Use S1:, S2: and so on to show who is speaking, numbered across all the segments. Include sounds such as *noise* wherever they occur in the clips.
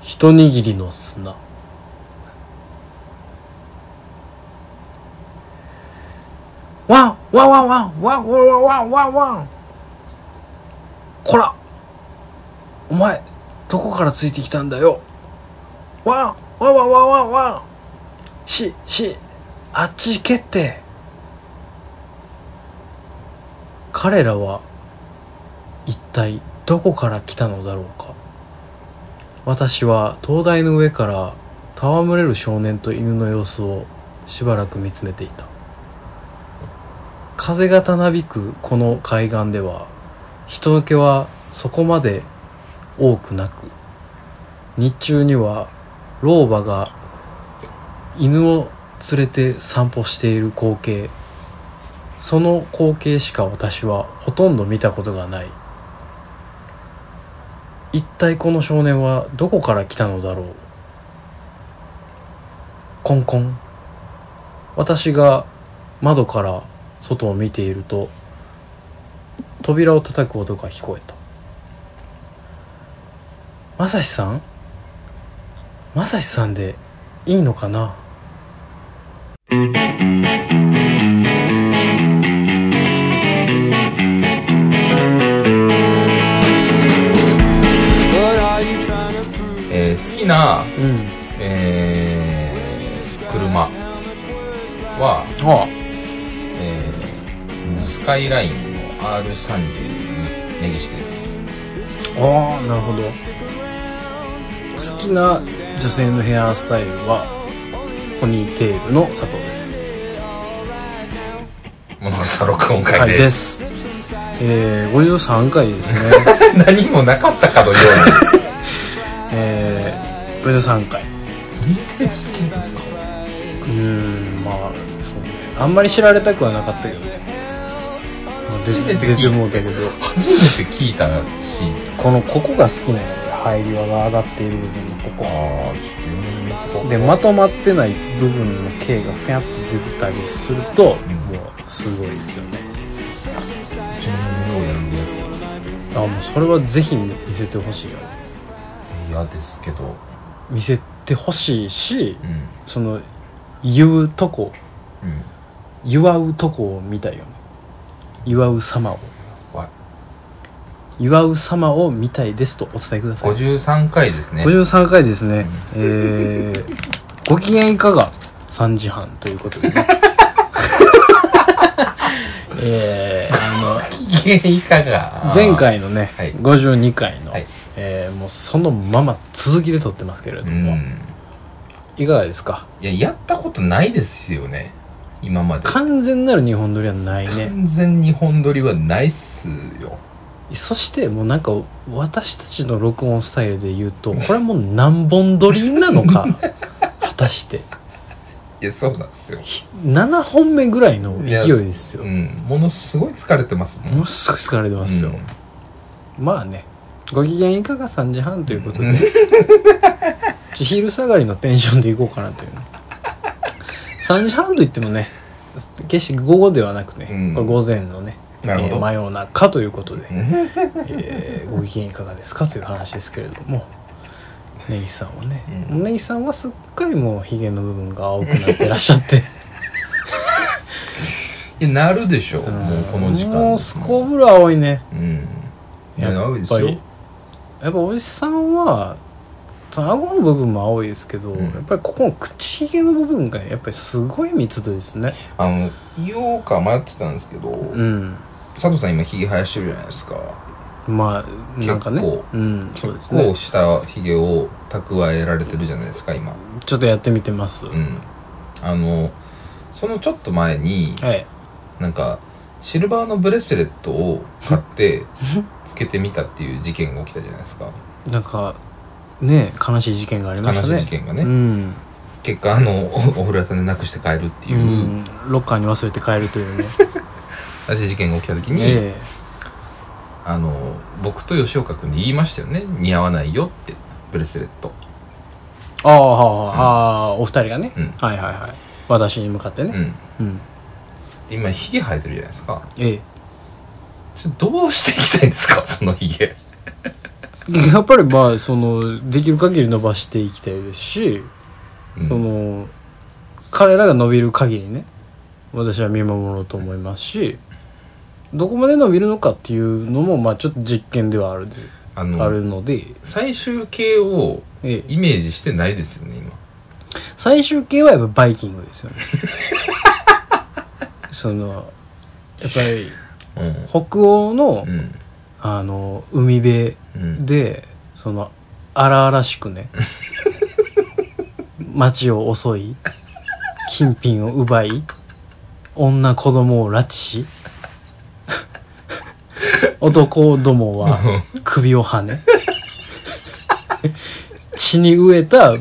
S1: 一握りの砂ワンワンワンワンワンワンワンワンワンこらお前どこからついてきたんだよワンワンワンワンワンワンししあっち行けって彼らは一体どこから来たのだろうか私は灯台の上から戯れる少年と犬の様子をしばらく見つめていた風がたなびくこの海岸では人気はそこまで多くなく日中には老婆が犬を連れて散歩している光景その光景しか私はほとんど見たことがない一体この少年はどこから来たのだろうコンコン私が窓から外を見ていると扉を叩く音が聞こえた「まさしさんまさしさんでいいのかな?」
S2: えー好きな、
S1: うん
S2: えー車は、
S1: あ
S2: えースカイラインの R32 根岸です
S1: ああなるほど好きな女性のヘアスタイルはポニーテールの佐藤です
S2: モノサ録音
S1: は
S2: 会
S1: い
S2: で
S1: ですすえー、53回
S2: *laughs*
S1: ですね
S2: 何もなかったかのように
S1: えー、53回
S2: 似てる好きなんですか
S1: うーんまあそうねあんまり知られたくはなかったけどねまあで
S2: 初めて聞
S1: 出
S2: いた
S1: てもうたけど
S2: 初めて聞いたし
S1: このここが好きなのよ生え際が上がっている部分のこ
S2: ああ
S1: こ
S2: ちょっと読んでみようか
S1: でまとまってない部分の毛がふやっと出てたりすると、
S2: ん
S1: もうすごいですよね
S2: 自分のようやるやつ
S1: あもうそれはぜひ見せてほしいよね
S2: 嫌ですけど
S1: 見せてほしいし
S2: うん
S1: その言うとこ
S2: うん
S1: 祝うとこを見たいよね祝う様を
S2: わ
S1: 祝う様を見たいですとお伝えください
S2: 53回ですね
S1: 53回ですね、えー、ご機嫌いかが3時半ということで
S2: *laughs*
S1: ねえー、あの
S2: 機嫌いかが
S1: 前回のね、
S2: はい
S1: 52回の、
S2: はい
S1: えーもうそのまま続きで撮ってますけれ
S2: う
S1: ども、
S2: ん
S1: いかがですか
S2: いややったことないですよね今まで
S1: 完全なる日本撮りはないね
S2: 完全日本撮りはないっすよ
S1: そしてもうなんか私たちの録音スタイルで言うとこれはもう何本撮りなの
S2: *laughs*
S1: か果たして
S2: いやそうなんですよ
S1: 7本目ぐらいの勢いですよ
S2: うんものすごい疲れてますもん
S1: ものすごい疲れてますよ、まあねご機嫌いかが3時半ということ *laughs* で、ちょ昼下がりのテンションでいこうかなというね3時半といってもね決して午後ではなくね、
S2: うん
S1: これ午前のね
S2: なるほど
S1: えー真夜中ということで、
S2: うん
S1: えーご機嫌いかがですかという話ですけれども根岸さんはね
S2: うん
S1: 根岸、さんはすっかりもうヒゲの部分が青くなってらっしゃって
S2: いやなるでしょうもうこの時間
S1: もうすこぶる青いね
S2: うんいや
S1: や
S2: なるで
S1: っ
S2: し
S1: ぱ
S2: ょ
S1: りやっぱおじさんはその顎の部分も青いですけど、
S2: うん
S1: やっぱりここの口ひげの部分がやっぱりすごい密度ですね
S2: あの言おうか迷ってたんですけど
S1: うん
S2: 佐藤さん今ひげ生やしてるじゃないですか
S1: まあなんかね
S2: 結構
S1: うんそうです
S2: こ
S1: ね
S2: うしたひげを蓄えられてるじゃないですか今
S1: ちょっとやってみてます、
S2: うんあのそのちょっと前に
S1: はい
S2: なんかシルバーのブレスレットを買ってつけてみたっていう事件が起きたじゃないですか
S1: なんかね悲しい事件がありま
S2: 悲
S1: した
S2: しい事
S1: ね
S2: 件が
S1: う
S2: ね
S1: ん、
S2: 結果あのおお風呂屋さんでなくして帰るって
S1: う、
S2: いうん
S1: ロッカーに忘れて帰るというね
S2: 悲しい事件が起きた時 *laughs* に、
S1: え
S2: あの僕と吉岡君に言いましたよね似合わないよってブレスレット
S1: えああああ、ああお二人がね、
S2: うん
S1: はいはいはい私に向かって
S2: う
S1: ね
S2: ん
S1: うん、
S2: で今ヒゲ生えてるじゃないですか
S1: ええ *laughs*
S2: *laughs* ちょどうしていきたいんですかそのヒゲ
S1: やっぱりまあそのできる限り伸ばしていきたいですし、
S2: うん
S1: その彼らが伸びる限りね私は見守ろうと思いますしどこまで伸びるのかっていうのもまあちょっと実験ではあるで
S2: あ
S1: あ
S2: の
S1: るので、
S2: 最終形を
S1: ええ
S2: イメージしてないですよね今
S1: 最終形はやっぱバイキングですよね
S2: *laughs*
S1: そのやっぱり北欧の、
S2: うんうん
S1: あの海辺 *laughs*
S2: うん
S1: でその荒々しく
S2: *laughs*
S1: ね町を襲い金品を奪い女子供を拉致
S2: *laughs*
S1: し男どもは首を
S2: *laughs*
S1: はね血に飢えた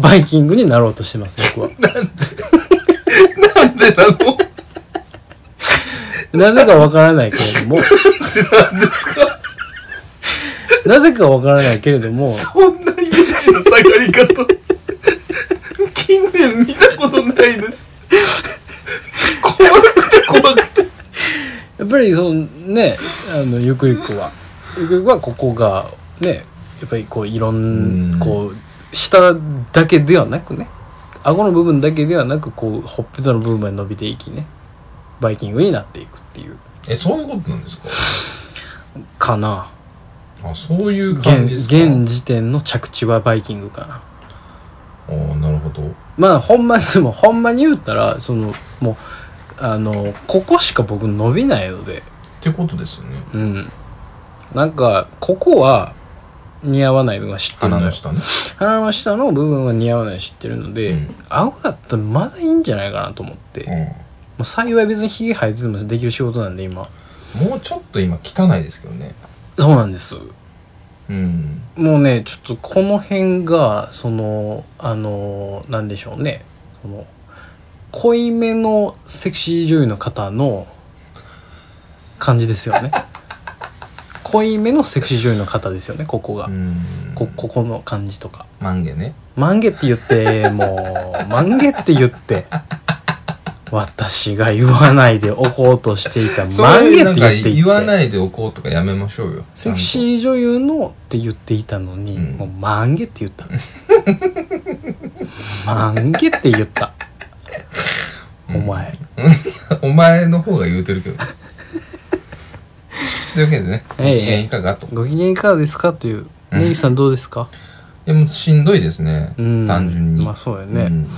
S1: バイキングになろうとしてます僕は
S2: なんでなの
S1: なぜかわからないけれどもなぜかわからないけれども
S2: そんなイメージの下がり方近年見たことないです怖くて怖くて
S1: やっぱりそのねあのゆくゆくはゆくゆくはここがねやっぱりこういろん
S2: うん
S1: こう下だけではなくね顎の部分だけではなくこうほっぺたの部分まで伸びていきねバイキングになっていくっていう
S2: えそういうことなんですか
S1: かな
S2: あそういう感
S1: 現
S2: じですか
S1: 現時点の着地はバイキングかな
S2: ああなるほど
S1: まあほんまでもほんまに言ったらそのもうあのここしか僕伸びないので
S2: ってことですよね
S1: うんなんかここは似合わないのは知ってる
S2: 鼻
S1: のよ
S2: の下ね
S1: 鼻の下の部分は似合わないの知ってるので、
S2: うん
S1: 顎だったらまだいいんじゃないかなと思って、まあ幸い別にひげ生えててもできる仕事なんで今
S2: うんもうちょっと今汚いですけどね
S1: そうなんです
S2: うん
S1: もうねちょっとこの辺がそのあのなんでしょうねその濃いめのセクシー女優の方の感じですよね *laughs* 濃いめのセクシー女優の方ですよねここが、
S2: うん
S1: こここの感じとか
S2: 万華ね
S1: 万華って言ってもう万華って言って私が言わないでおこうとしていた
S2: それ
S1: 万華
S2: な
S1: っ
S2: ん
S1: て
S2: か
S1: 言ってい
S2: 言わ
S1: て
S2: ないでおこうとかやめましょうよ
S1: セクシー女優のって言っていたのに、
S2: うん
S1: もう万華って言
S2: *laughs*
S1: った万華って言った
S2: うん
S1: お前、
S2: ちゃんとお前の方が言うてる
S1: *laughs*
S2: けどというわけでねご機
S1: ええ
S2: 嫌いかがと
S1: ご機嫌いかがですかという
S2: うん
S1: ネギさんどうですか、
S2: でもしんどいですね
S1: うん、
S2: 単純に
S1: まあそうやね、
S2: うん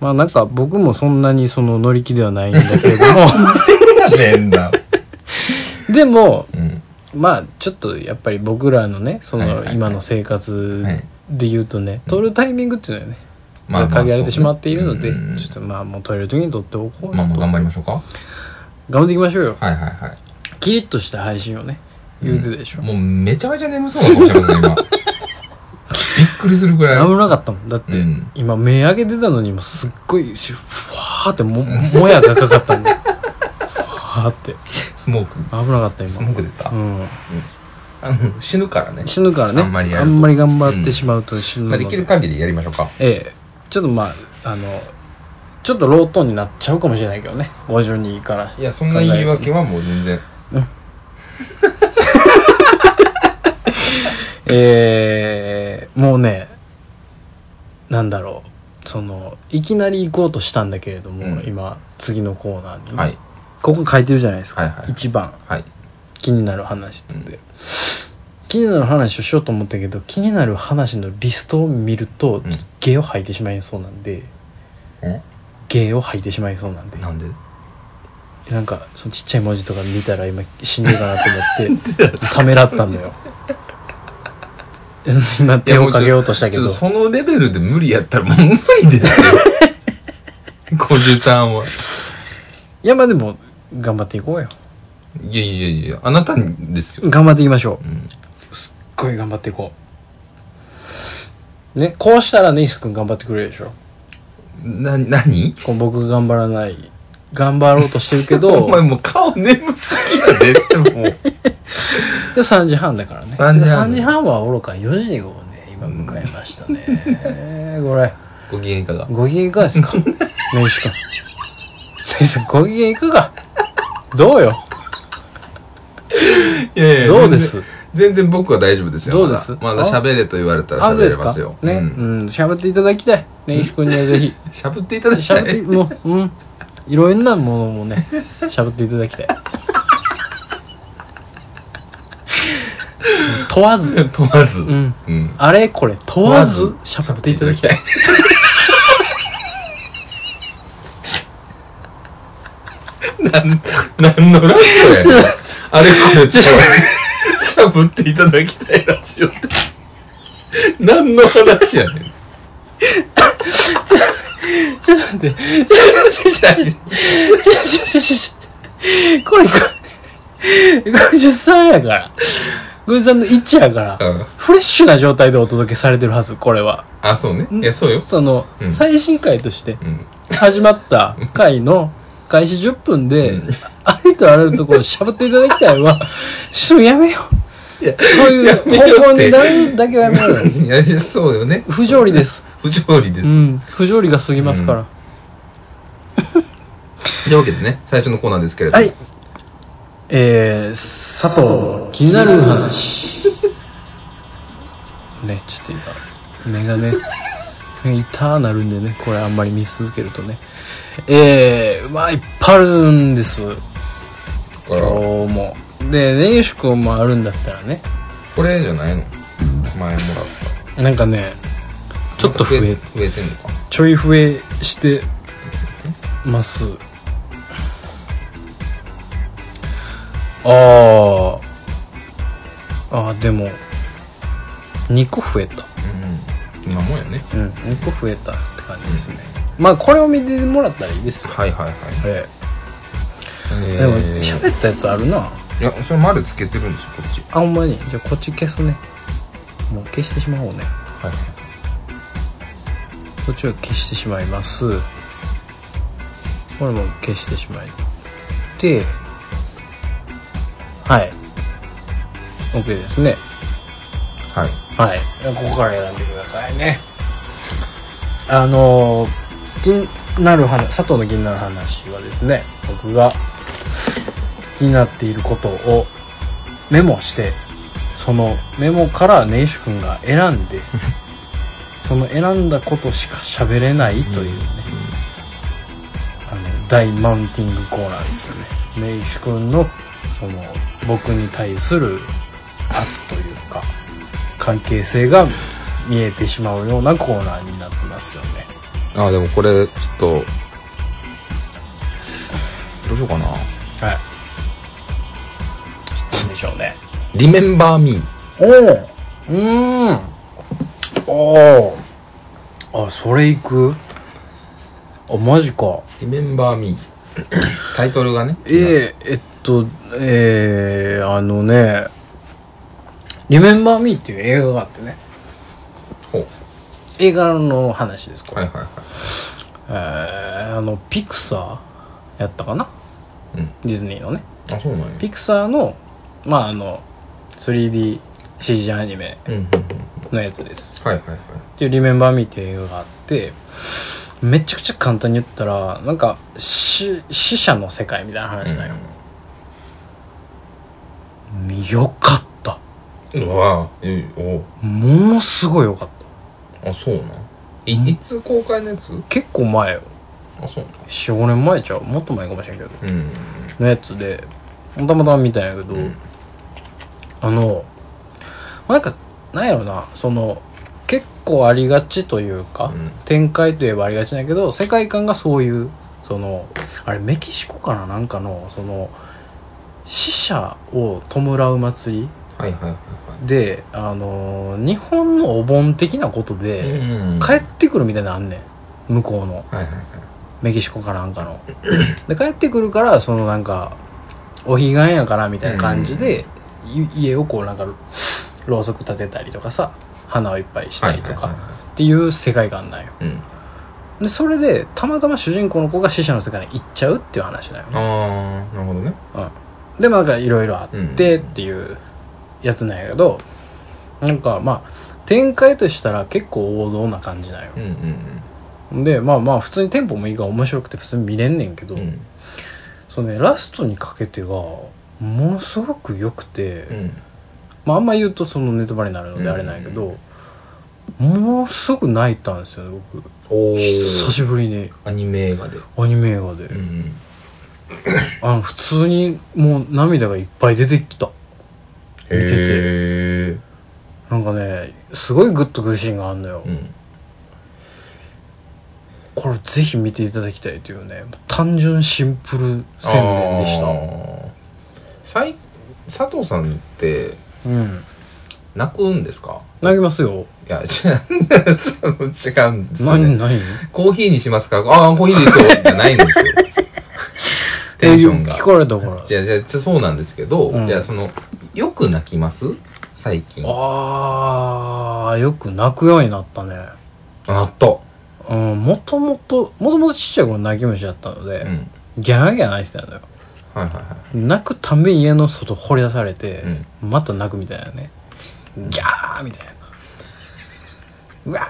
S1: まあなんか僕もそんなにその乗り気ではないんだけれど
S2: *laughs* やねん
S1: *laughs*
S2: だ
S1: もでも
S2: うん
S1: まあちょっとやっぱり僕らのねそ
S2: はいはい
S1: の
S2: はい
S1: 今の生活
S2: はい
S1: で言うとね、取るタイミングっていうのはね、
S2: まあまあ
S1: 限られてしまっているので、
S2: そうねうん
S1: ちょっとまあもう取れる時に取っておこうと、
S2: まあまあ頑張りましょうか
S1: 頑張っていきましょうよ
S2: はいはいはい
S1: キリッとした配信をね言うてたでしょ、
S2: もうめちゃめちゃ眠そうな顔してます
S1: *laughs*
S2: ね今びっくりするぐらい
S1: 何もなかったもんだって、
S2: うん
S1: 今目上げてたのにもうすっごいしふわーってももやがかか
S2: *laughs*
S1: ったもんふわーって
S2: スモーク
S1: 危なかった
S2: ス
S1: 今
S2: モーク出た、
S1: うん
S2: あの死ぬからね
S1: 死ぬからね
S2: あんまりやる
S1: あ
S2: と
S1: んまり頑張ってしまうと死ぬの
S2: まあ、
S1: で、
S2: できる限りやりましょうか
S1: ええちょっとまああのちょっとロートーンになっちゃうかもしれないけどね52から
S2: いやそんな言い訳はもう全然
S1: えーもうねなんだろうそのいきなり行こうとしたんだけれども、
S2: うん
S1: 今次のコーナーにね、
S2: はい
S1: ここ書いてるじゃないですか、
S2: はいはい
S1: 一番
S2: はい
S1: 気になる話って言って、気になる話をしようと思ったけど気になる話のリストを見ると、
S2: うん
S1: ちょっと芸を吐いてしまいそうなんで芸を吐いてしまいそうなんで *laughs*
S2: なんで
S1: なんかそのちっちゃい文字とか見たら今死んでるかなと
S2: *laughs*
S1: 思ってためらったんだよ今手をかけようとしたけ
S2: ちょっ
S1: ど
S2: とそのレベルで無理やったらもう無理ですよ
S1: *laughs*
S2: 小じさんはい
S1: やまあでも頑張っていこうよ
S2: いやいやいやあなたにですよ、
S1: 頑張っていきましょ
S2: うん、
S1: うすっごい頑張っていこうねこうしたらねいすくん頑張ってくれるでしょ
S2: な何
S1: こう僕が頑張らない頑張ろうとしてるけど
S2: *laughs* お前もう顔眠すぎやでってもう
S1: で3時半だからね
S2: 3時半
S1: で3時半はおろか4時をね今迎えましたね、
S2: *laughs*
S1: これ
S2: ご機嫌いかが
S1: *laughs* ご機嫌いかがですかねえしか。ねえしか、ご機
S2: *laughs*
S1: 嫌いかがどうよ
S2: いやい
S1: どうです
S2: 全全然僕は大丈夫ですよ。
S1: どうです
S2: まだまだ喋れと言われたら
S1: あそう
S2: 喋
S1: で
S2: れ
S1: すか
S2: ますよ。
S1: ね
S2: う
S1: うんん喋、っていただきたい根岸君にはぜひ
S2: 喋っていただきた
S1: 喋って
S2: *laughs* い。
S1: もううんいろんなものもね喋っていただきたい問わず
S2: 問わず。
S1: うん
S2: うん。
S1: あれこれ問わず喋っていただきたい。
S2: なん、なんのラジオやねんあれこれ、ちょ、しゃぶっていただきたいラジオって。何の話やねん。
S1: ちょっと待ってちょちょちょちょちょこれこれ53やから53の1やから、
S2: うん
S1: フレッシュな状態でお届けされてるはずこれは
S2: あ、そうね。いや、そうよ。
S1: その、
S2: うん
S1: 最新回として
S2: うん。
S1: 始まった回の開始10分で、
S2: うん
S1: ありとあらゆるところしゃぶっていただきたい *laughs* わちょっとやめよう
S2: いや
S1: そういう方向になるだけはやめようよ
S2: いや、そうよね。
S1: 不条理です、
S2: 不条理
S1: *laughs*
S2: で
S1: う
S2: す。
S1: ん、不条理が過ぎますから、
S2: というわけでね、最初のコーナーですけれども。
S1: はい。えー、佐藤、気になる話。 *laughs* ね、ちょっと今、目がね、痛なるんでね、これあんまり見続けるとね。えー、まあいっぱいあるんです、
S2: だ
S1: 今
S2: から
S1: 日も。で、ねし君もあるんだったらね、
S2: これじゃないの前もらっ
S1: なんかね、
S2: た。
S1: ちょっと増え、
S2: 増えてんのか。
S1: ちょい増えしてます。ああ。ああ、でも、2個増えた。
S2: うん。なもんやね。
S1: うん、2個増えたって感じですね。まあ、これを見てもらったらいいですよ。
S2: はいはいはい。
S1: え
S2: え
S1: え
S2: ー
S1: でも、喋ったやつあるな。
S2: いや、それ丸つけてるんですよ、こっち。
S1: あ、ほんまに。じゃあ、こっち消すね。もう消してしまおうね。
S2: はい。
S1: こっちは消してしまいますこれも消してしまいではい OK ですね
S2: はい。
S1: はいここから選んでくださいねあのー気になる話佐藤の気になる話はですね僕が気になっていることをメモしてそのメモから根岸君が選ん *laughs* でその選んだことしか喋れないというね、あの大マウンティングコーナーですよね根岸君のその僕に対する圧というか関係性が見えてしまうようなコーナーになってますよね
S2: ああ、でもこれ、ちょっと、どうしようかな。
S1: はい何でしょうね
S2: リメンバーミー。
S1: おおうーんおおあそれいくあマジか
S2: リメンバーミー。タイトルがね。
S1: えええっとええあのね「リメンバー・ミー」っていう映画があってね
S2: ほう
S1: 映画の話ですこれ、
S2: はいはいは
S1: えーあのピクサーやったかな、
S2: うん
S1: ディズニーのね
S2: い。あ、そうなんや。
S1: ピクサーのまああの 3DCG アニメ
S2: うんうんうん。
S1: のやつです
S2: はいはいは
S1: っ
S2: い。
S1: ていう「リメンバー・ミー」っていう映画があってめちゃくちゃ簡単に言ったらなんか死死者の世界みたいな話だよ、よかった
S2: うんうわぁ、えお
S1: ものすごいよかった
S2: あ、そうなん。いいつ公開のやつ
S1: 結構前よ
S2: あ、そう
S1: 45年前ちゃうもっと前かもしれんけど
S2: なん。うん。
S1: のやつでたまたま見たんやけど、
S2: うん
S1: あのなんかなんやろなその結構ありがちというか、
S2: うん
S1: 展開といえばありがちなんやけど世界観がそういうそのあれメキシコかななんかのその死者を弔う祭り
S2: はいはいはいは
S1: であのー日本のお盆的なこと
S2: い。
S1: で
S2: うん
S1: 帰ってくるみたいなのあんねん向こうの
S2: はいはいはい。
S1: メキシコかなんか
S2: *clears throat*
S1: ので帰ってくるからそのなんかお彼岸やからみたいな感じで、い家をこうなんかろうそく立てたりとかさ花をいっぱいしたりと
S2: はい
S1: か
S2: はいはい
S1: っていう世界観なんよ
S2: はい。うん。
S1: でそれでたまたま主人公の子が死者の世界に行っちゃうっていう話だよね、
S2: あー、なるほどね。
S1: うん、でもなんかいろいろあってっていうやつなんやけどなんかまあ展開としたら結構王道な感じなんよ
S2: うん
S1: でまあまあ普通にテンポもいいから面白くて普通に見れんねんけど、
S2: うんうん。うん。
S1: そのねラストにかけてがものすごく良くて、
S2: うん。
S1: まあ、あんま言うとそのネタバレになるのであれなんやけど、ものすごく泣いたんですよね僕
S2: おー
S1: 久しぶりに
S2: アニメ映画で。
S1: アニメ映画で、
S2: うん。
S1: あの普通にもう涙がいっぱい出てきた見てて
S2: へー
S1: なんかねすごいグッとくるシーンがあんのよ、
S2: うん。
S1: これぜひ見ていただきたいというね単純シンプル宣伝でした
S2: あー。さい佐藤さんって
S1: うん
S2: 泣くんですか
S1: 泣きますよ
S2: いや、違う *laughs* その違うんですよね、
S1: 何何
S2: コーヒーにしますかああ、コーヒ
S1: *laughs*
S2: ーですよ。じゃないんですよ。テンションが。
S1: 聞かれたから
S2: じゃあ、じゃあそうなんですけど、
S1: うん
S2: じゃあ、その、よく泣きます最近。あ、
S1: あーよく泣くようになったね
S2: なっと。
S1: うんもともともともとちっちゃい頃泣き虫だったの
S2: う
S1: で、
S2: ん。
S1: ギャーギャー泣いてたのよ
S2: はいはいはい。
S1: 泣くたんびに家の外掘り出されて、
S2: うん
S1: また泣くみたいなねギャーみたいなうわ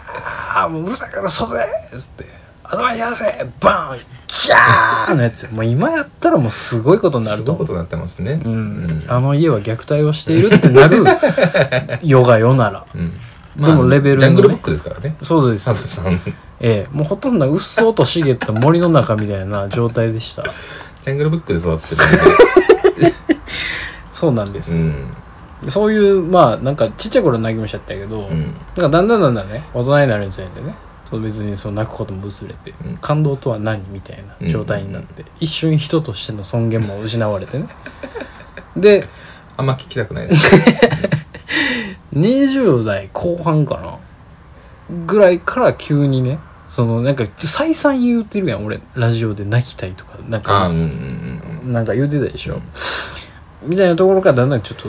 S1: ーもううるさいから外へっつって頭冷やせバーンギャーのやつもう今やったらもうすごいことにな
S2: な
S1: る
S2: る
S1: と
S2: ほ
S1: 思う
S2: どなってますね。
S1: う
S2: うん
S1: ん、あの家は虐待をしているってなる世が世なら
S2: うん
S1: でもレベルのね
S2: ジャングルブックですからね。
S1: そうです
S2: 佐藤さん。ジ
S1: ええもうほとんどうっそうと茂った森の中みたいな状態でした
S2: ャングルブックで育って
S1: そうなんです、
S2: る *laughs* んで。
S1: そういうまあなんかちっちゃい頃泣き虫だったけど、
S2: うん。うん。
S1: なんかだんだんだんだんね大人になるにつれてねそう別にその泣くことも薄れて、
S2: うん
S1: 感動とは何みたいな状態になって、一瞬人としての尊厳も失われてね *laughs* で
S2: あんま聞きたくない *laughs* です。
S1: 20代後半かなぐらいから急にねそのなんか再三言うてるやん俺ラジオで泣きたいとかなん
S2: あーう
S1: か
S2: んうんうん
S1: なんか言うてたでしょ、みたいなところからだんだんちょっと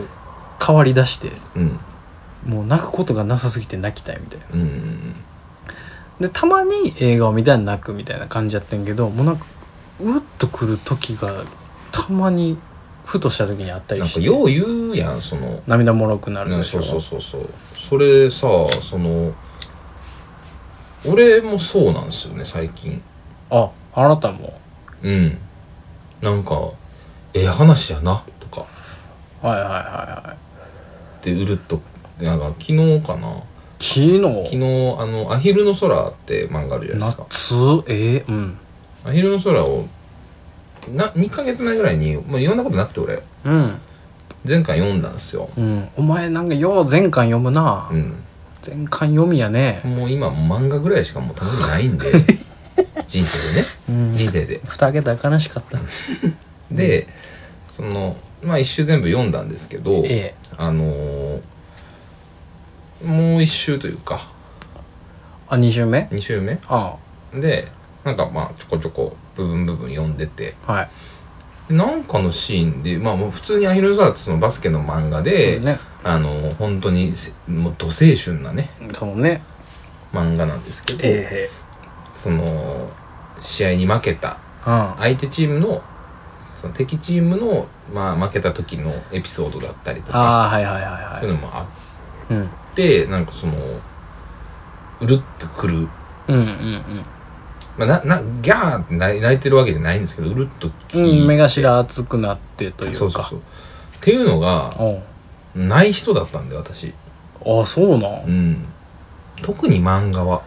S1: 変わりだして
S2: うん。うん
S1: もう泣くことがなさすぎて泣きたいみたいな
S2: うんうん
S1: でたまに映画を見たら泣くみたいな感じやってんけどもうなんかうるっとくる時がたまにふとした時にあった
S2: うん。
S1: り
S2: なん
S1: し
S2: か、
S1: て
S2: よう言うやん、その。
S1: 涙もろくなる
S2: ね
S1: でしょ
S2: そうそうそうそうそれさその俺もそうなんですよね最近
S1: ああなたも
S2: うんなんか「ええ話やな」とか
S1: はいはいはいはい
S2: ってうるっとなんか昨日かな
S1: 昨日
S2: 昨日あの「アヒルの空」って漫画あるじゃないですか
S1: 夏えー、うん
S2: アヒルの空をな2ヶ月前ぐらいに、まあ、読んだことなくて俺
S1: うん
S2: 前回読んだんですよ
S1: うんお前なんかよう全巻読むな、
S2: うん
S1: 全巻読みやね
S2: もう今漫画ぐらいしかもう頼みない
S1: *laughs*
S2: んで人生でね
S1: うん
S2: 人生で
S1: 蓋開けたら悲しかった
S2: で、そのまあ一周全部読んだんですけ
S1: え
S2: ど、
S1: え
S2: あのーもう一周というか
S1: あ二2週目
S2: 二周目
S1: あ
S2: でなんかまあちょこちょこ部分部分読んでて
S1: あはい
S2: でなんかのシーンでまあもう普通にアヒルの空ってそのバスケの漫画で、
S1: ね
S2: あのー本当にせもう土青春なね
S1: そのね
S2: 漫画なんですけど、
S1: ええ
S2: その試合に負けた
S1: あ
S2: 相手チームのその敵チームの、まあ、負けた時のエピソードだったりとか
S1: あーはいはいはいは
S2: そういうのもあ
S1: い
S2: っ
S1: うん
S2: ってなんかそのうるっとくる、
S1: うんうん
S2: まあ、ななギャーって泣い泣いてるわけじゃないんですけどうるっとき
S1: うん、うん、目頭熱くなってというか
S2: そうそうそうっていうのがない人だったんで私
S1: うんあそうなん、
S2: うん特に漫画は、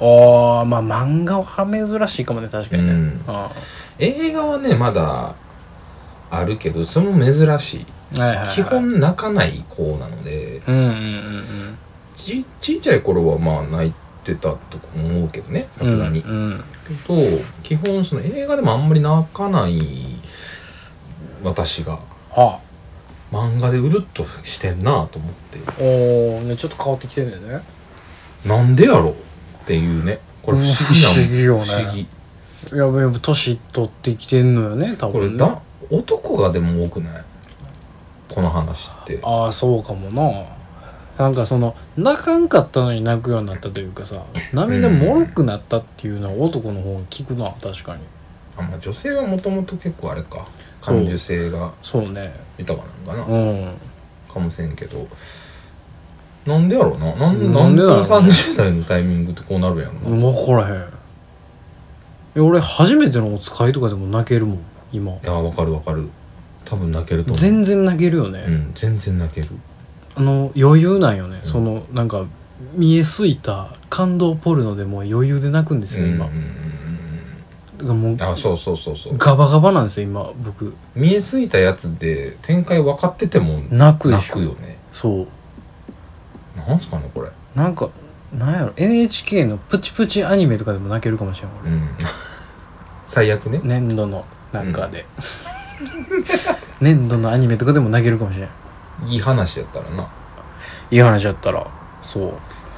S1: ああまあ漫画は珍しいかもね確か
S2: う
S1: にね、
S2: ん、
S1: あ
S2: 映画はねまだあるけどそれも珍しい
S1: あはいはい、はい、
S2: 基本泣かない子なので
S1: うんうんうん
S2: ちちいちゃい頃はまあ泣いてたと思うけどね
S1: う
S2: さ
S1: ん
S2: すがに、
S1: うんうん
S2: と基本その映画でもあんまり泣かない私が
S1: はあ
S2: 漫画でうるっとしてんなと思って
S1: おーねちょっと変わってきてんだよね
S2: なんでやろうっていうねこれ不思議な
S1: うん不思議よねいやべ年取ってきてんのよね多
S2: これ
S1: 分ね
S2: だ男がでも多くないこの話って
S1: ああそうかもななんかその泣かんかったのに泣くようになったというかさ涙もろくなったっていうのは男の方が聞くな確かに
S2: あ、まあ、女性はもともと結構あれか感受性が
S1: そうね
S2: 豊かなのかな
S1: うん
S2: かもしれんけどなんでやろうななん
S1: な
S2: なんん
S1: で
S2: で
S1: やろうね
S2: 30代のタイミングってこうなるんやろな、い
S1: 分からへんいや俺初めてのお使いとかでも泣けるもん今
S2: やわかるわかる多分泣けると思う
S1: 全然泣けるよね、
S2: うん全然泣ける
S1: あの余裕なんよね、そのなんか見えすいた感動ポルノでもう余裕で泣くんですよ、今
S2: うん
S1: だ
S2: う
S1: か
S2: んうん
S1: らもう
S2: うんあそうそうそうそう
S1: ガバガバなんですよ今僕
S2: 見えすぎたやつで展開分かってても
S1: 泣くで
S2: 泣
S1: しょ
S2: くよね
S1: そう
S2: なんすかねこれ
S1: なんかなんやろ NHK のプチプチアニメとかでも泣けるかもしれん
S2: う
S1: 俺
S2: ん *laughs* 最悪ね
S1: 年度のなんかで、 *laughs* 年度のアニメとかでも泣けるかもしれん
S2: いい話やったらない
S1: い話だったらそう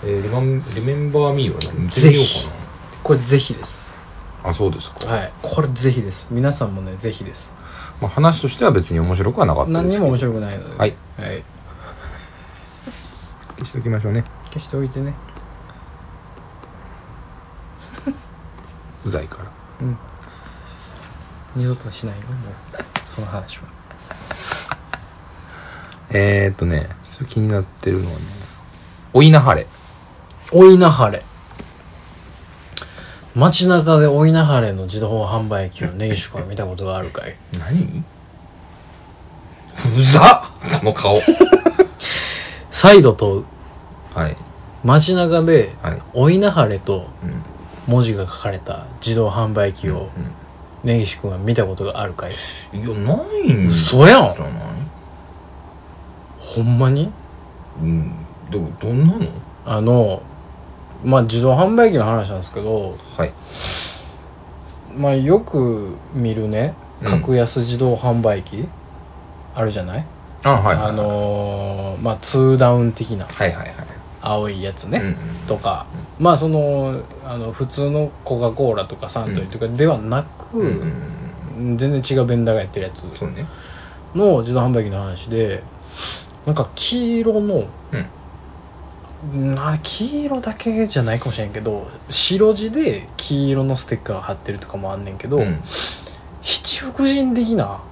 S2: えーリバンリメンバーミーは見て
S1: ぜ
S2: みよ
S1: ひ
S2: うか
S1: これぜひです
S2: なあそうですか、
S1: はいこれぜひです皆さんもねぜひです
S2: まあ、話としては別に面白くはなかった
S1: 何
S2: です
S1: に
S2: け
S1: も
S2: ど
S1: 面白くないのでは
S2: はい、
S1: はい、
S2: 消しておきましょうね
S1: 消しておいてね
S2: うざいから
S1: 二度としないよもうその話は
S2: えー、っとねちょっと気になってるのはねお稲晴れ
S1: お稲晴れ街中でお稲晴れの自動販売機を根岸君は見たことがあるかい
S2: 何うざっこの顔
S1: 再度と
S2: はい
S1: 街中で
S2: はい
S1: お稲晴れと
S2: うん
S1: 文字が書かれた自動販売機を
S2: うん
S1: 根岸君は見たことがあるかい
S2: いや、ないんじ
S1: 嘘やん
S2: ゃない
S1: ほんまに
S2: うん。でも、どんなの
S1: あのまあ自動販売機の話なんですけど
S2: はい。
S1: まあよく見るね
S2: うん
S1: 格安自動販売機、あるじゃない、
S2: あ、はい。
S1: あ、のーまあ2ダウン的な
S2: はいはいはい。
S1: 青いやつ
S2: うんう
S1: ね、
S2: ん
S1: とかまあそのあの普通のコカ・コーラとかサントリーとかではなく、
S2: うんうん
S1: 全然違うベンダーがやってるやつ
S2: そうね。
S1: の自動販売機の話でなんか黄色の、な黄色だけじゃないかもしれんけど白地で黄色のステッカーが貼ってるとかもあんねんけど、
S2: うん
S1: 七福神的な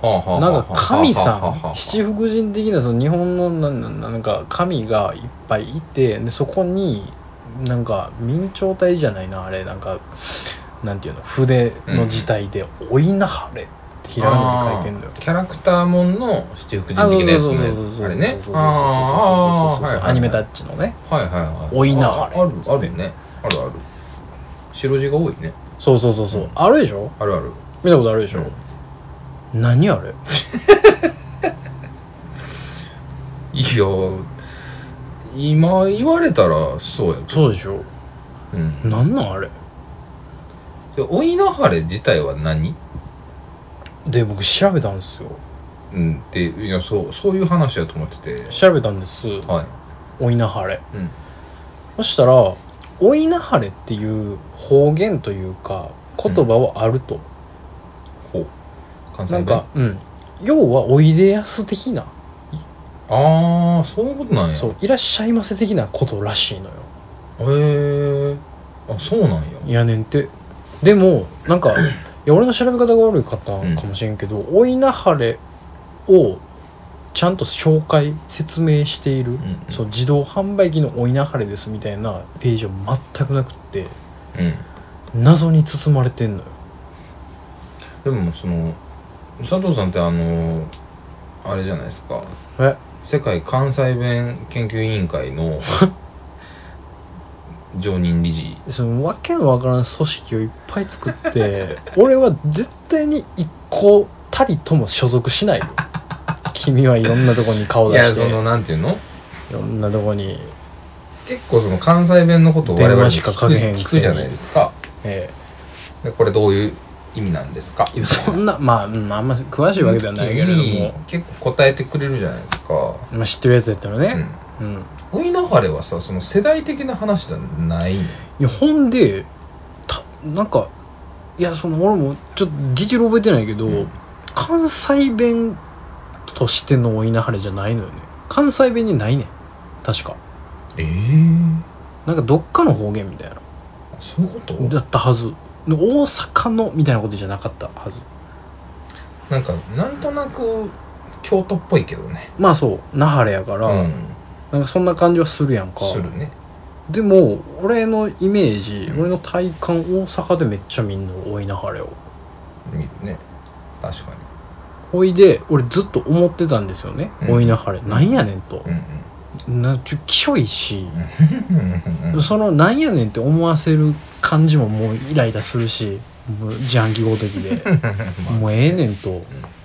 S2: はあはあはあ
S1: なんか神
S2: はあはあは
S1: さ
S2: あ
S1: ん七福神的なその日本のなんなんなんか神がいっぱいいてでそこになんか明朝体じゃないなあれなんかなんていうの筆の字体で「お稲晴れ」ってひらがなで書いてんだよ。
S2: キャラクターもんの七福
S1: あ、
S2: 神
S1: そう
S2: 的
S1: そ
S2: なや
S1: う
S2: つ
S1: そうそうそう
S2: ね。
S1: そう
S2: あれね。
S1: そうそうそうそうそう
S2: あ
S1: そうそ
S2: ー
S1: うそう
S2: あー
S1: アニメタ
S2: だ。
S1: ッチのね
S2: はいはいはい。
S1: お稲
S2: あ
S1: あ
S2: あ
S1: れ
S2: る、あるね。あるある。白地が多いね。
S1: そうそうそうそうあるでしょ
S2: あるある。
S1: 見たことあるでしょ、何あれ
S2: いやー、今言われたら、そうや。
S1: そうでしょ
S2: うん。
S1: なんなんあれ
S2: でお稲晴れ自体は何
S1: で僕調べたんですよ
S2: うん、っていやそうそういう話だと思ってて
S1: 調べたんです
S2: はい
S1: お稲晴れ
S2: うん
S1: そしたら「お稲晴れ」っていう方言というか言葉はあると、
S2: ほう関
S1: な
S2: 西
S1: ん
S2: 弁
S1: か、うん、要は「おいでやす」的な、
S2: ああそういうことなんや
S1: そう「いらっしゃいませ」的なことらしいのよ
S2: へえあそうなんや
S1: いやねんてでもなんかいや俺の調べ方が悪かったんかもしれんけど「お稲晴れ」をちゃんと紹介説明している、
S2: ん
S1: そう自動販売機の「お稲晴れです」みたいなページは全くなくって
S2: うん
S1: 謎に包まれてんのよ
S2: でもその佐藤さんってあのあれじゃないですか
S1: え
S2: 世界関西弁研究委員会
S1: *laughs*
S2: の常任理事
S1: そのわけのわからん組織をいっぱい作って *laughs* 俺は絶対に一個たりとも所属し *laughs* ないよ君はいろんなとこに顔
S2: い
S1: 出
S2: や
S1: し
S2: そ
S1: てい
S2: のなんていうの
S1: ろんなとこに、
S2: 結構その関西弁のことを我々
S1: 電
S2: に
S1: 話しか
S2: 聞く
S1: かけへんくせに
S2: 聞くじゃないですか
S1: え
S2: でこれどういう意味なんですか
S1: えいやそんなまあ、うん、あんま詳しいわけではないけれども、
S2: 結構答えてくれるじゃないですか、
S1: まあ、知ってるやつやったらね、うん
S2: うん、お稲晴れはさその世代的な話ではないの
S1: いやほんでたなんかいやその俺もちょっとディテール覚えてないけど、
S2: うん
S1: 関西弁としてのお稲晴れじゃないのよね関西弁にないねん確か
S2: ええ
S1: なんかどっかの方言みたいな
S2: そういうこと
S1: だったはず大阪のみたいなことじゃなかったはず
S2: なんかなんとなく京都っぽいけどね
S1: まあそう那覇れやから、
S2: うん
S1: なんかそんな感じはするやんか
S2: するね
S1: でも俺のイメージ、
S2: うん
S1: 俺の体感大阪でめっちゃみんな多い那覇れを
S2: 見るね確かに
S1: ほいで俺ずっと思ってたんですよね
S2: うん
S1: 追いなはれ、なんやねんと
S2: う、ん
S1: なちょきしょいし、
S2: うんうん
S1: そのなんやねんって思わせる感じももうイライラするしもう自販機ごとき
S2: *laughs*
S1: でもうええねんと、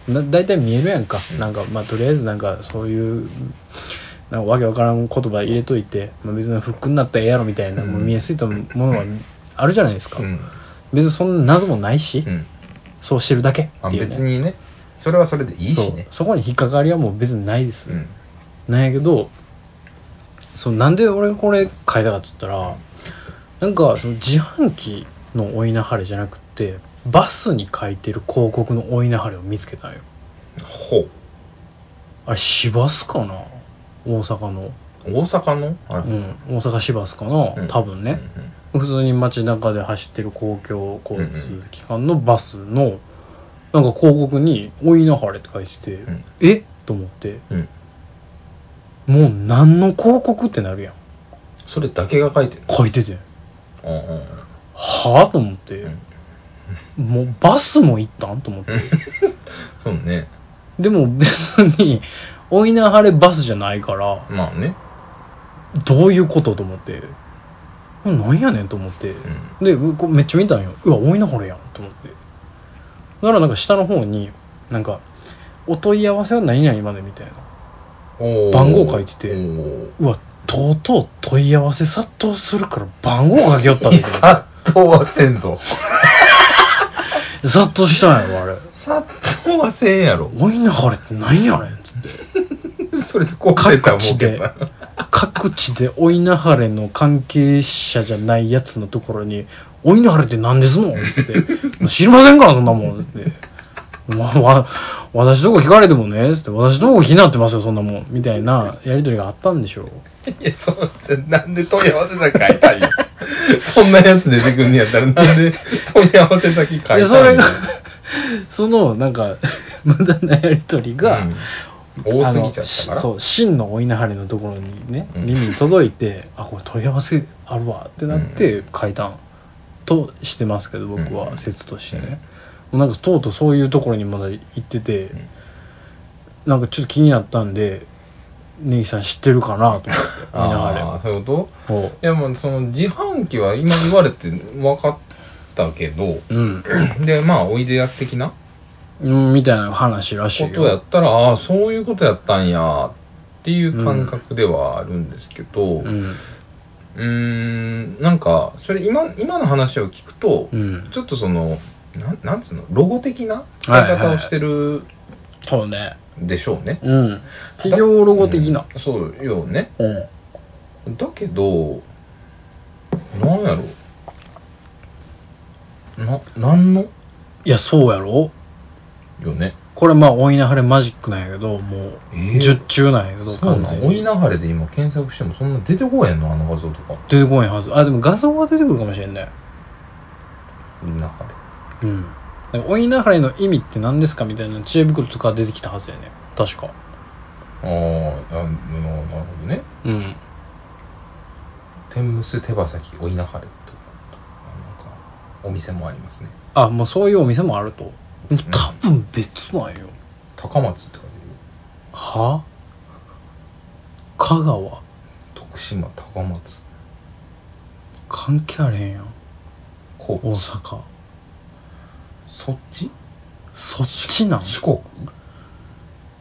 S1: な大体見えるやんか、なんかまあとりあえずなんかそういうなんかわけわからん言葉入れといて、まあ、別にフックになったらええやろみたいな、
S2: うん
S1: もう見えすぎたものはあるじゃないですか、
S2: うん
S1: 別にそんな謎もないし、
S2: うん
S1: そうしてるだけ
S2: あ
S1: っていう、ね、
S2: 別にねそれはそれでいい
S1: そ
S2: し
S1: う
S2: ね
S1: そこに引っかかりはもう別にないです、
S2: うん
S1: なんやけどそうなんで俺これ変えたかっつったらなんかその自販機の追いなはれじゃなくてバスに書いてる広告の追いなはれを見つけたんよ
S2: ほう
S1: あれ市バスかな大阪の、
S2: 大阪のあ
S1: う
S2: れ
S1: ん、大阪市バスかな、
S2: うん
S1: 多分ね、普通に街中で走ってる公共交通機関のバスのなんか広告に「追いなはれ」って書いてて、
S2: ん
S1: えっと思って、
S2: うん
S1: もう何の広告ってなるやん
S2: それだけが書いてる
S1: 書いてて
S2: うんうんうん
S1: はあと思って、もうバスも行ったんと思って
S2: そうね
S1: でも別に追いなはれバスじゃないから
S2: まあね
S1: どういうことと思ってなんやねんと思って
S2: うん
S1: でうこうめっちゃ見たんようわ追いなはれやんと思ってだからなんか下の方になんかお問い合わせは何々までみたいな
S2: おー
S1: 番号書いてて
S2: おー
S1: うわとうとう問い合わせ殺到するから番号書きよったんです
S2: 殺到はせんぞ
S1: 殺到したんやろあれ
S2: 殺到はせんやろ
S1: 追いなはれって何やねんっつって
S2: それでこう書いたら
S1: 各地
S2: 儲け
S1: で
S2: た
S1: 各地で追いなはれの関係者じゃないやつのところに「追いなはれって何ですの?」っつって「 *laughs* 知りませんからそんなもん」っつって「わわ私どこ聞かれてもね」っつって「私どこ気になってますよそんなもん」みたいなやり取りがあったんでしょう
S2: いやそうなんで問い合わせ先書いたんやそんなやつ出てくんねやったらなんで問い合わせ先書いたん
S1: で
S2: や
S1: それがそのなんか *laughs* 無駄なやり取りが、
S2: うん多
S1: あ
S2: す
S1: の
S2: ぎちゃったから
S1: しそう真の追いなはれのところにね
S2: うん
S1: 耳に届いて「あこれ問い合わせあるわ」ってなって書いたんとしてますけど僕
S2: う
S1: は
S2: ん
S1: 説としてね、もうなんかとうとうそういうところにまだ行ってて、なんかちょっと気になったんでネギさん知ってるかなと思って追いな
S2: *laughs* あ
S1: は
S2: あそういうこと
S1: れを。
S2: いやもうその自販機は今言われて分かったけ
S1: *laughs*
S2: ど
S1: うん、
S2: でまあおいでやす的な
S1: うんみたいな話らしい
S2: こ
S1: よ。
S2: とやったらああそういうことやったんやっていう感覚ではあるんですけどう
S1: う
S2: ーん
S1: ん
S2: んなんかそれ今今の話を聞くと
S1: うん、
S2: ちょっとそのなんなんつうのロゴ的な使い方をしてる
S1: そうね、
S2: でしょうね。
S1: うん、企業ロゴ的な、
S2: うんそうよね。
S1: うん、
S2: だけどなんやろななんの
S1: いやそうやろ
S2: よね。
S1: これまあ追いなはれマジックなんやけどもう
S2: えー
S1: 十中なんやけど
S2: そう
S1: 完
S2: な
S1: 全
S2: ん追い
S1: に
S2: 流れで今検索してもそんな出てこうへんのあの画像とか
S1: 出てこないはずあでも画像は出てくるかもしれんね
S2: 追い流れ
S1: うんだから追いなはれの意味って何ですかみたいな知恵袋とか出てきたはずやね確か
S2: あーあななるほどね
S1: うん
S2: 天むす手羽先追い流れとかなんかお店もありますね
S1: あもうそういうお店もあるともう多分別なんよ
S2: 高松って書いて
S1: は香川
S2: る徳島高松
S1: 関係あれへんやん
S2: 高
S1: 大
S2: 知
S1: 阪
S2: そっち
S1: そっちなん
S2: 四国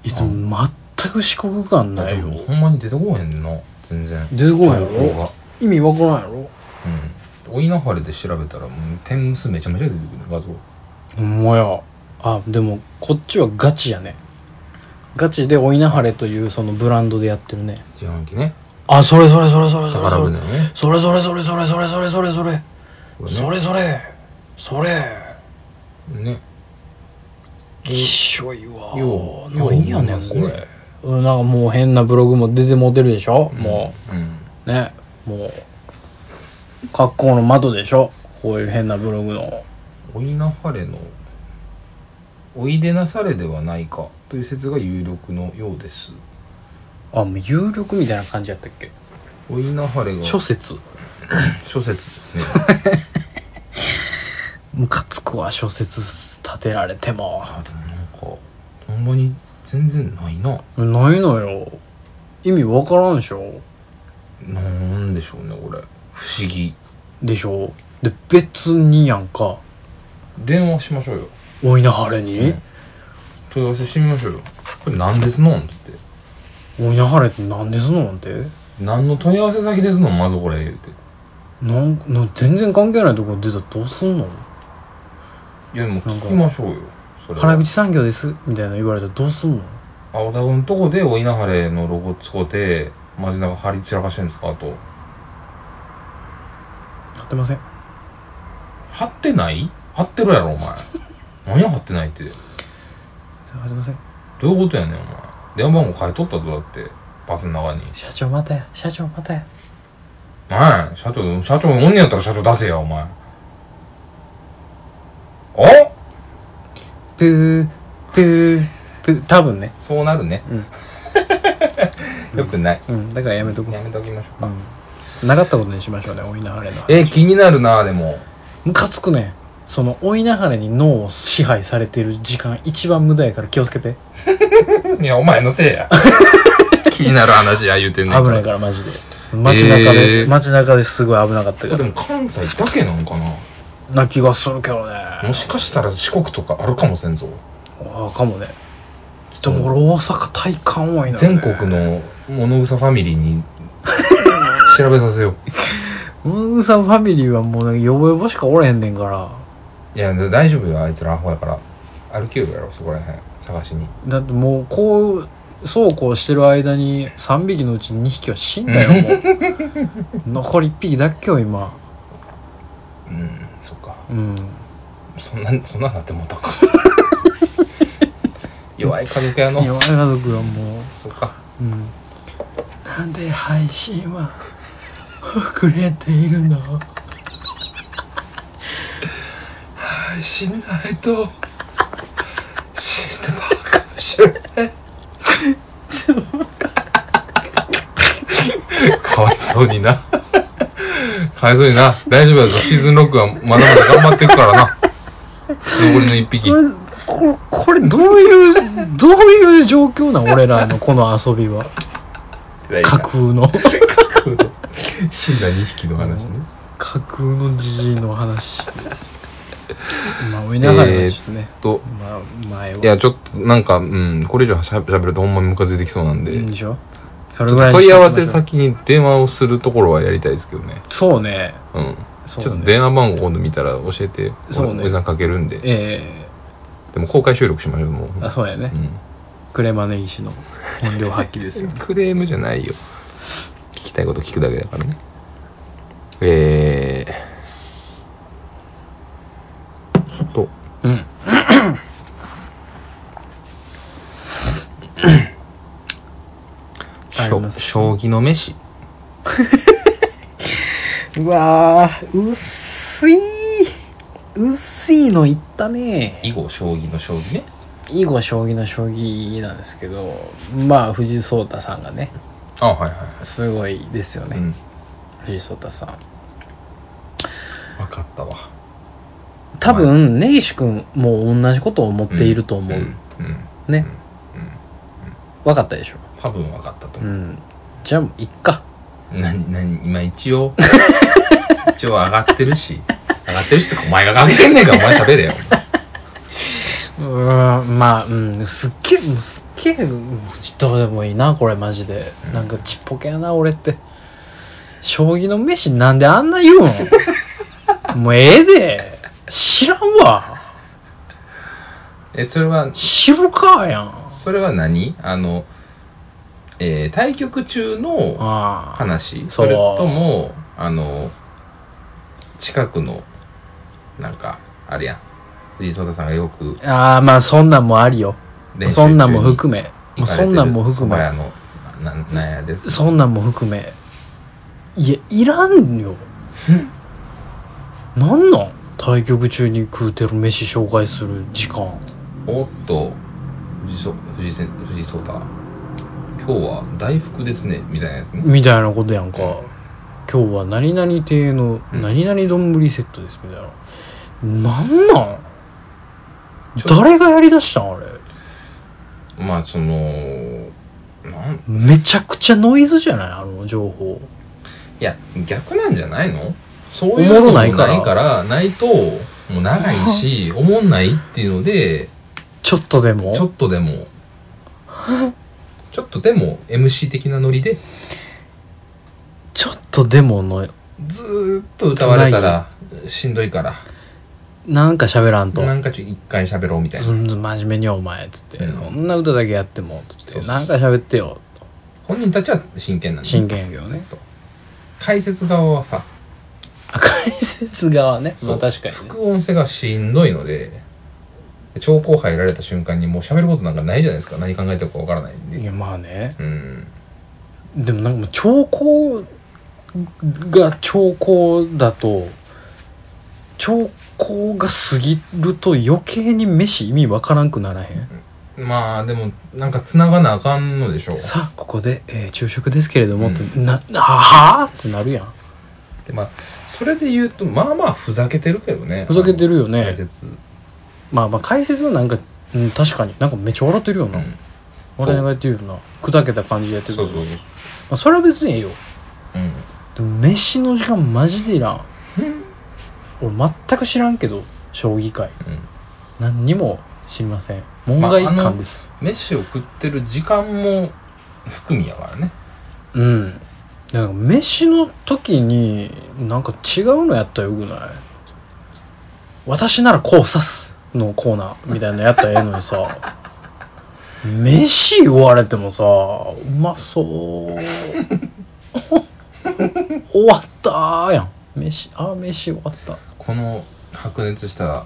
S1: いやでも全く四国感
S2: だっ
S1: な
S2: て
S1: い
S2: も
S1: よ
S2: うほんまに出てこうへんな全然
S1: 出てこないや
S2: 情報
S1: ろ
S2: が
S1: 意味わからんやろ
S2: うん追い流れで調べたらもう天むすめちゃめちゃ出てくる画像
S1: ほんまや。あ、でも、こっちはガチやね。ガチで、おいなはれというそのブランドでやってるね。
S2: 自販機ね
S1: あ、それそれそれそれそれそ
S2: 宝船
S1: れ。
S2: のね
S1: それそれそれそれそれそれそれそれ。
S2: これ
S1: それそれ。それ。
S2: ねね
S1: きっしょいわ。
S2: よう
S1: なんやね
S2: よ
S1: ん、
S2: う
S1: これ。うんなんかもう変なブログも出てもうてるでしょ、も
S2: う
S1: う。
S2: ん
S1: ね。もう。格好の的でしょこういう変なブログの。
S2: おいなはれの「おいでなされではないか」という説が有力のようです
S1: あ、もう有力みたいな感じやったっけ
S2: おいなはれが
S1: 諸
S2: 諸
S1: 説。
S2: 説ですね
S1: ムカつくわ小説立てられても
S2: あでもなんかなんんまに全然ないな
S1: ないのよ意味わからんでしょ
S2: なんでしょうねこれ不思議
S1: でしょで別にやんか
S2: 電話しましょうよ
S1: お稲晴れに、
S2: 問い合わせしてみましょうよこれ何ですのんって
S1: お稲晴れって何ですのなんて
S2: 何の問い合わせ先ですのんまずこれ言うて
S1: なんなん全然関係ないところ出たらどうすんの
S2: いやでも聞きましょうよそれは
S1: 原口産業ですみたいなの言われたらどうすんの
S2: 青田君のとこでお稲晴れのロゴ使うて街中張り散らかしてんですかと
S1: やってません
S2: 貼ってない貼ってるやろお前 *laughs* 何貼ってないって
S1: やってません
S2: どういうことやねんお前電話番号書いとったぞだってバスの中に
S1: 社長またや社長またや
S2: 何や社長社長おんねやったら社長出せやお前お
S1: プープープー多分ね
S2: そうなるね、 *laughs* よくない、
S1: うんだからやめとこう、
S2: やめときましょうか、
S1: うん、なかったことにしましょうねお稲晴れの
S2: え気になるなでも
S1: ムカつくねそのお稲晴れに脳を支配されてる時間一番無駄やから気をつけて
S2: いやお前のせ
S1: *laughs*
S2: いや気になる話や言うてん
S1: 危
S2: ねん
S1: ないからマジで街中で、
S2: えー
S1: 街中ですごい危なかった
S2: いや
S1: か
S2: で
S1: ら
S2: も関西だけなんかな
S1: な気がするけどね
S2: もしかしたら四国とかあるかもせんぞ
S1: ああかもねでも俺大阪体感多いな、ね、
S2: 全国の物草ファミリ
S1: *laughs*
S2: ーに調べさせよう
S1: ムーさんファミリーはもうなんかヨボヨボしかおれへんねんから
S2: いや大丈夫よあいつらアホやから歩きよるやろそこらへん探しに
S1: だってもうこうそうこうしてる間に3匹のうち2匹は死んだよ
S2: *laughs*
S1: もう残り1匹だっけよ今
S2: うんそっか
S1: うん
S2: そんなそんななってもう
S1: *laughs*
S2: たか弱い家族や
S1: いや我
S2: の
S1: が家族はもう
S2: そっか
S1: うんなんで配信は *laughs* 遅れているの
S2: 配信ないと死んでまうかもしれない *laughs* かわいそうになかわいそうにな大丈夫やぞシーズン6はまだまだ頑張っていくからな残りの一匹
S1: これこれこれどういうどういう状況なん俺ら
S2: *laughs*
S1: のこの遊びは架空の
S2: 死んだ2匹の話ね
S1: 架空のじじいの話してまあ追いながらはちょっとね、
S2: と
S1: まあ前はい
S2: やちょっとなんかうんこれ以上しゃべるとほんまにムカついてきそうなんで、
S1: いいんでしょそれぐらいに
S2: 問
S1: し
S2: い
S1: とき
S2: 合
S1: ま
S2: わ
S1: しょう
S2: せ先に電話をするところはやりたいですけどね
S1: そうね
S2: うん
S1: そう
S2: ち
S1: ね
S2: ょっと電話番号今度見たら教えて
S1: そうね
S2: おじさんかけるんで
S1: え
S2: でも公開収録しましょうもう、
S1: えあそうやね、
S2: う
S1: クレマネギ師の本領発揮ですよ
S2: ん、クレームじゃないよ聞きたいこと聞くだけだからねえー、と
S1: うんあ
S2: し
S1: り
S2: ょ
S1: ます
S2: 将棋の飯
S1: うわー薄い薄いのいったね
S2: 囲碁将棋の将棋ね
S1: 囲碁将棋の将棋なんですけどまあ藤井聡太さんがね
S2: あはいはいは
S1: すごいですよね、
S2: い、うん、
S1: 藤井聡太さん
S2: 分かったわ
S1: 多分根岸君も同じことを思っていると思う、
S2: うん、うん、
S1: ね、分かったでしょ
S2: 多分分かったと
S1: う
S2: 思う、
S1: んじゃあもういっか
S2: なになに今
S1: *laughs*
S2: 一応一応上がってるし上がってるしとかお前が上げてんねんからお前喋れよ
S1: うーんまあうんすっげえもうすっげえうんどうでもいいなこれマジで、なんかちっぽけやな俺って将棋の飯なんであんな言うん
S2: *laughs*
S1: もうええで知らんわ
S2: えそれは
S1: 知るかやんあ
S2: それは何あの、えー対局中の
S1: あ
S2: 話
S1: そ
S2: そうれとも、あの、近くの、なんか、あれやん。藤井聡太さんがよく
S1: ああまあそんなんもありよ
S2: 練習中
S1: そ
S2: に
S1: んなんも含めもう
S2: 行かれて
S1: そ
S2: る
S1: んなんも含
S2: 蕎麦
S1: め
S2: 屋の、な、ななんやです。
S1: そんなんも含めいやいらん
S2: *laughs*
S1: よなんなん対局中に食うてる飯紹介する時間
S2: おっと、藤井聡藤井せ藤井聡太、今日は大福ですね、みたいなやつね。
S1: みたいなことやんか今日は何々亭の何々丼セットですみたいななんなん
S2: ちょ
S1: 誰がやりだしたんあれ
S2: まあそのなん
S1: めちゃくちゃノイズじゃないあの情報
S2: いや逆なんじゃないのそう
S1: お
S2: いう
S1: もろ
S2: こと
S1: な
S2: ない
S1: いから
S2: からないともう長い
S1: *laughs*
S2: し思んないっていうので
S1: ちょっとでも
S2: ちょっとでもちょっとでも MC 的なノリで
S1: ちょっとでもの
S2: ずーっと歌われたらしんどいから
S1: なんか喋らんと
S2: なんかちょ一回喋ろうみたいな、
S1: うん真面目にお前」っつって、
S2: うん
S1: そんな歌だけやっても」つっ
S2: そう
S1: て
S2: そ
S1: 「
S2: う
S1: なんか喋ってよ
S2: 本人たちは真剣な」の
S1: 真剣やけどね
S2: 解説側はさ
S1: あ解説側ねまあ確かにね
S2: 副音声がしんどいので超高入られた瞬間にもう喋ることなんかないじゃないですか何考えてるかわからないん
S1: い
S2: で
S1: やまあね
S2: うん
S1: でもなんかもう兆候が兆候だと兆候が過ぎると余計に飯意味わからんくならへん
S2: まあでもなんか繋がなあかんのでしょう
S1: さあここで、えー昼食ですけれども、ってな「あはあ?」ってなるやん
S2: でまあそれで言うとまあまあふざけてるけどね
S1: ふざけてるよ
S2: あの解
S1: ね
S2: 説
S1: まあまあ解説はなんか、うん、確かになんかめっちゃ笑ってるよ
S2: う
S1: な、
S2: ん
S1: 笑いがやってるよな砕けた感じでやって
S2: そう
S1: る
S2: そう
S1: ま
S2: そう
S1: あ、それは別にええよ
S2: うん
S1: でも飯の時間マジでいらん俺全く知らんけど将棋界、何にも知りません門外
S2: まああの
S1: 漢です、
S2: 飯を食ってる時間も含みやからね
S1: うんだから飯の時になんか違うのやったらよくない私ならこう指すのコーナーみたいなのやったらええのにさ飯言われてもさうまそう *laughs* 終わったーやん飯あー飯終わった
S2: この白熱した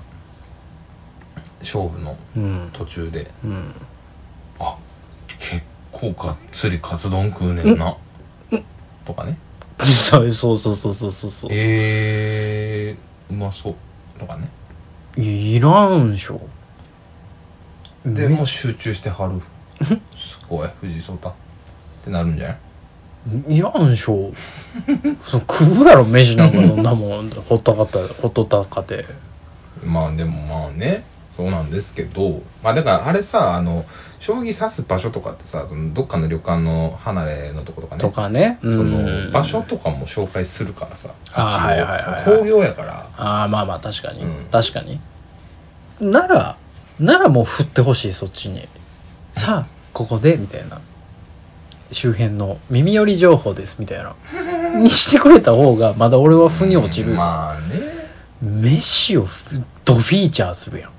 S2: 勝負の
S1: うん
S2: 途中で
S1: うん
S2: あ結構がっつりカツ丼食うねんなとかね
S1: *laughs* そうそうそうそうそうそうそう
S2: えー、うまそうとかね
S1: いやいらんでしょ
S2: で
S1: め
S2: もう集中しては
S1: *laughs*
S2: るすごい藤井聡太ってなるんじゃない
S1: いらんでしょその食うやろ飯なんかそんなもんほったかったほっとったかて
S2: まあでもまあねそうなんですけどまあだからあれさあの将棋指す場所とかってさそのどっかの旅館の離れのとことかね
S1: とかね
S2: そ
S1: うん
S2: の場所とかも紹介するからさ
S1: あー
S2: 一応
S1: はいはいはいはい
S2: その興行やから
S1: ああまあまあ確かに、
S2: うん
S1: 確かにならならもう振ってほしいそっちにさあここでみたいな周辺の耳寄り情報ですみたいなにしてくれた方がまだ俺は腑に落ちる、
S2: うんまあね
S1: 飯をドフィーチャーするやん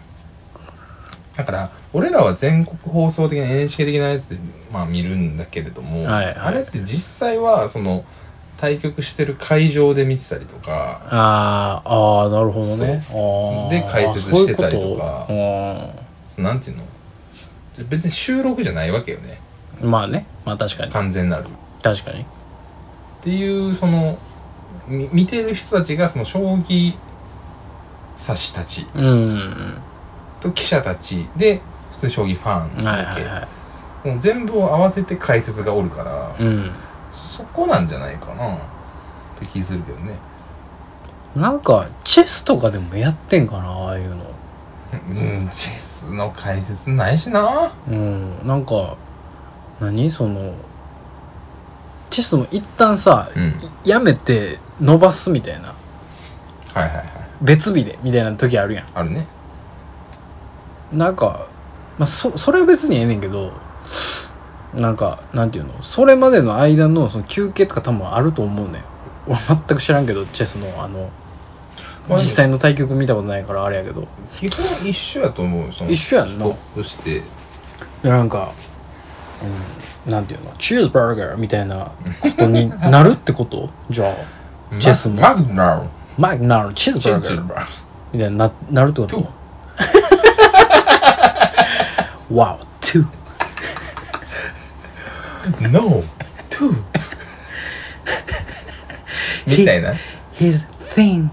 S2: だから俺らは全国放送的な NHK 的なやつで、まあ、見るんだけれども、
S1: はいはい
S2: あれって実際はその対局してる会場で見てたりとか
S1: あーあーなるほどねあー
S2: で解説してたりとか
S1: そういうこ
S2: なんていうの別に収録じゃないわけよね
S1: とうんまあねまあ確かに
S2: 完全なるっ
S1: 確かに
S2: ていうそのみ見てる人たちがその将棋指したち
S1: うん
S2: と記者たちで普通に将棋ファ
S1: はい
S2: ンだ
S1: はいは
S2: けもう全部を合わせて解説がおるから、
S1: いうん
S2: そこなんじゃないかなって気するけどね
S1: なんかチェスとかでもやってんかなああいうの
S2: うん、チェスの解説ないしな。
S1: うんなんか何そのチェスも一旦さ、
S2: うん。はい
S1: やめて伸ばすみたいな
S2: はいはい。
S1: 別日でみたいな時あるやん
S2: あるね。
S1: なんか、まあ、そそれは別にええねんけどなんかなんていうのそれまでの間のその休憩とか多分あると思うねん俺全く知らんけどチェスのあの
S2: まあ
S1: 実際の対局見たことないからあれやけど
S2: 基本一緒やと思う。その
S1: 一緒やんな
S2: ストップして。
S1: いやなんか、うん、なんていうのチーズバーガーみたいなことになるってこと *laughs* じゃあチェスも
S2: マグナル。
S1: マイクなのチーズ
S2: チ
S1: バ
S2: ェ
S1: ーガ
S2: ス
S1: ー
S2: バ
S1: みたいにななるってこ
S2: トゥ
S1: *laughs* とわおトゥ
S2: ー。ノー。トゥー。みたいな。
S1: His thing,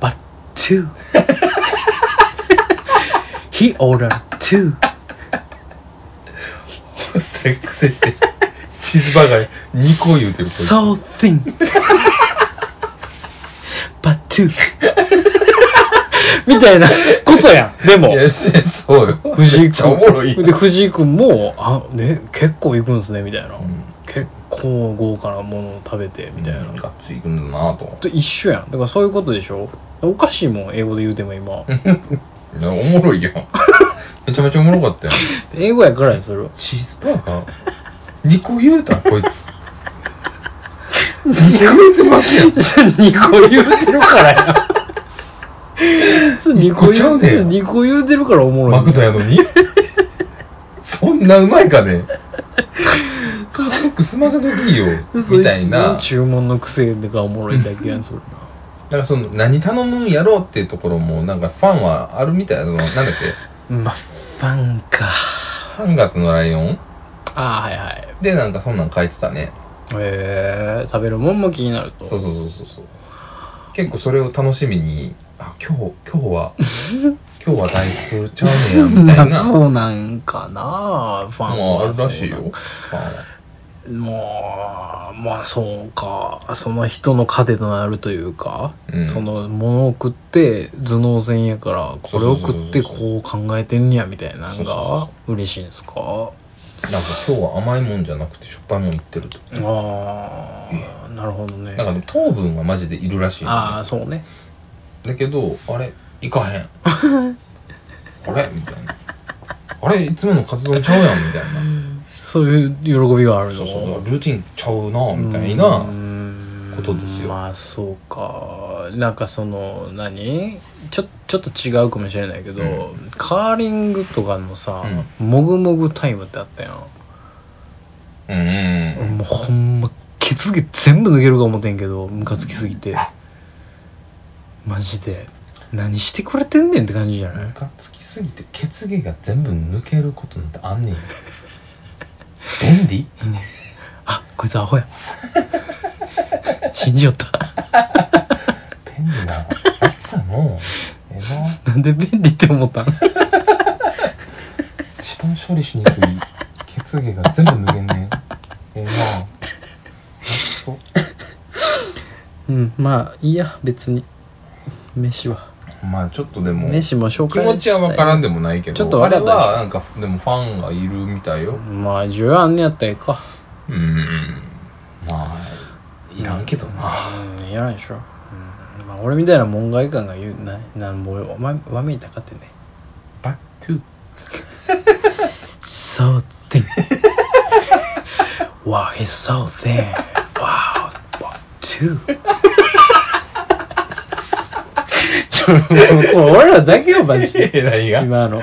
S1: but two. he ordered two.
S2: セックスして。チーズバーガー2個言うてる。
S1: So thin. but two. みたいなことことやん。でも
S2: い。や、せそうよ。
S1: 藤
S2: め
S1: 井
S2: っちゃお
S1: 君
S2: もろい。
S1: で、藤井君も、あ、ね、結構行くんすね、みたいな。
S2: ん
S1: 結構豪華なものを食べて、みたいな。
S2: がっつりいくんだなと。
S1: と一緒やん。だからそういうことでしょおかしいもん、英語で言うても今。
S2: いや、おもろいやん。めちゃめちゃおもろかったやん。
S1: 英語やからや、それは。
S2: チーズバーガー *laughs* ?2 個言うたんこいつ。
S1: 2個言ってますやん。2個言うてるからやん。それ2個
S2: 二個ちゃ
S1: 言
S2: う
S1: う
S2: ねん
S1: てる、2個言うてるからおもろい
S2: マ
S1: ね
S2: ク
S1: ん。
S2: ドやのにそんなうまいかね家族済ませときよ。みたいな。
S1: そ
S2: だ
S1: つの注文の癖がおもろいだ
S2: *laughs*
S1: けやん、それ。
S2: からその、何頼むんやろうっていうところも、なんかファンはあるみたいな。そのなんだっけ
S1: まあ、ファンか。
S2: ?3 月のライオン
S1: ああ、はいはい。
S2: で、なんかそんなん書いてたね。
S1: えー、食べるもんも気になると。
S2: そうそうそうそうそう。結構それを楽しみに、あ、今日、今日
S1: *laughs*
S2: は、今日は大福ちゃうねや、み
S1: ま
S2: た
S1: あ
S2: いな。
S1: そうなんかなファン
S2: もう
S1: は
S2: あるらしいよ。
S1: そ
S2: フ
S1: う
S2: ァンは。
S1: なんもうまあそうかその人の糧となるというか、
S2: うん
S1: そのものを食って頭脳戦やからこれを
S2: そうそうそうそう
S1: 食ってこう考えてんねやみたいなの
S2: そうそうそ
S1: が嬉しいんですか
S2: なんか今日は甘いもんじゃなくてしょっぱいもんいってると。
S1: ああなるほどね
S2: なんかでも糖分はマジでいるらしいのね、
S1: ああそうね
S2: だけど、あれ、いか *laughs* へん。あれみたいな。あれ、いつもの活動ちゃうやんみたいな。
S1: そういう喜びがある
S2: そ
S1: の
S2: うそう、ルーティンちゃうな、みたいな
S1: うーん
S2: ことですよ
S1: まあそうかなんかその何ちょちょっと違うかもしれないけど、
S2: うん
S1: カーリングとかのさ、もぐもぐタイムってあったやん
S2: うんうん。
S1: もうほんま血毛全部抜けるか思てんけどムカつきすぎてマジで何してくれてんねんって感じじゃない
S2: ムカつきすぎて血毛が全部抜けることなんてあん *laughs* ねんよ。便利
S1: あこいつアホや信じよった
S2: 便利な。あいつはもう、ええな。
S1: なんで便利って思ったん
S2: 一番処理しにくい血毛が全部抜けんねん。ええな。そ
S1: う
S2: う。
S1: んまあいいや別に飯は
S2: まあちょっとでも、
S1: 飯も紹
S2: 気
S1: 介
S2: 持ちはわからん
S1: で
S2: でもないけど、
S1: ちょっと
S2: あ
S1: わか
S2: れ
S1: ったでしょ
S2: はなんか、でもファンがいるみたいよ。
S1: まあ需要あんねやったらええか
S2: うーん。まあ、いらんけどな。
S1: うんいらんでしょ、うんまあ、俺みたいな門外漢が言うななんぼお前わめいたかってね
S2: バットゥ。
S1: そうて *laughs* Wow he's so thin Wow but two *laughs* ちょもうこれ俺らだけよマジで
S2: え、何がい
S1: 今の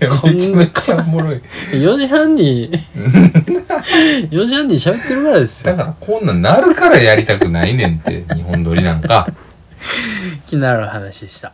S2: や、
S1: こんな
S2: めちゃめちゃおもろい。
S1: 4時半に4時半に喋ってるからです
S2: だ
S1: よ
S2: から、こんなんなるからやりたくないねんって、日本撮りなんか。
S1: 気になる話でした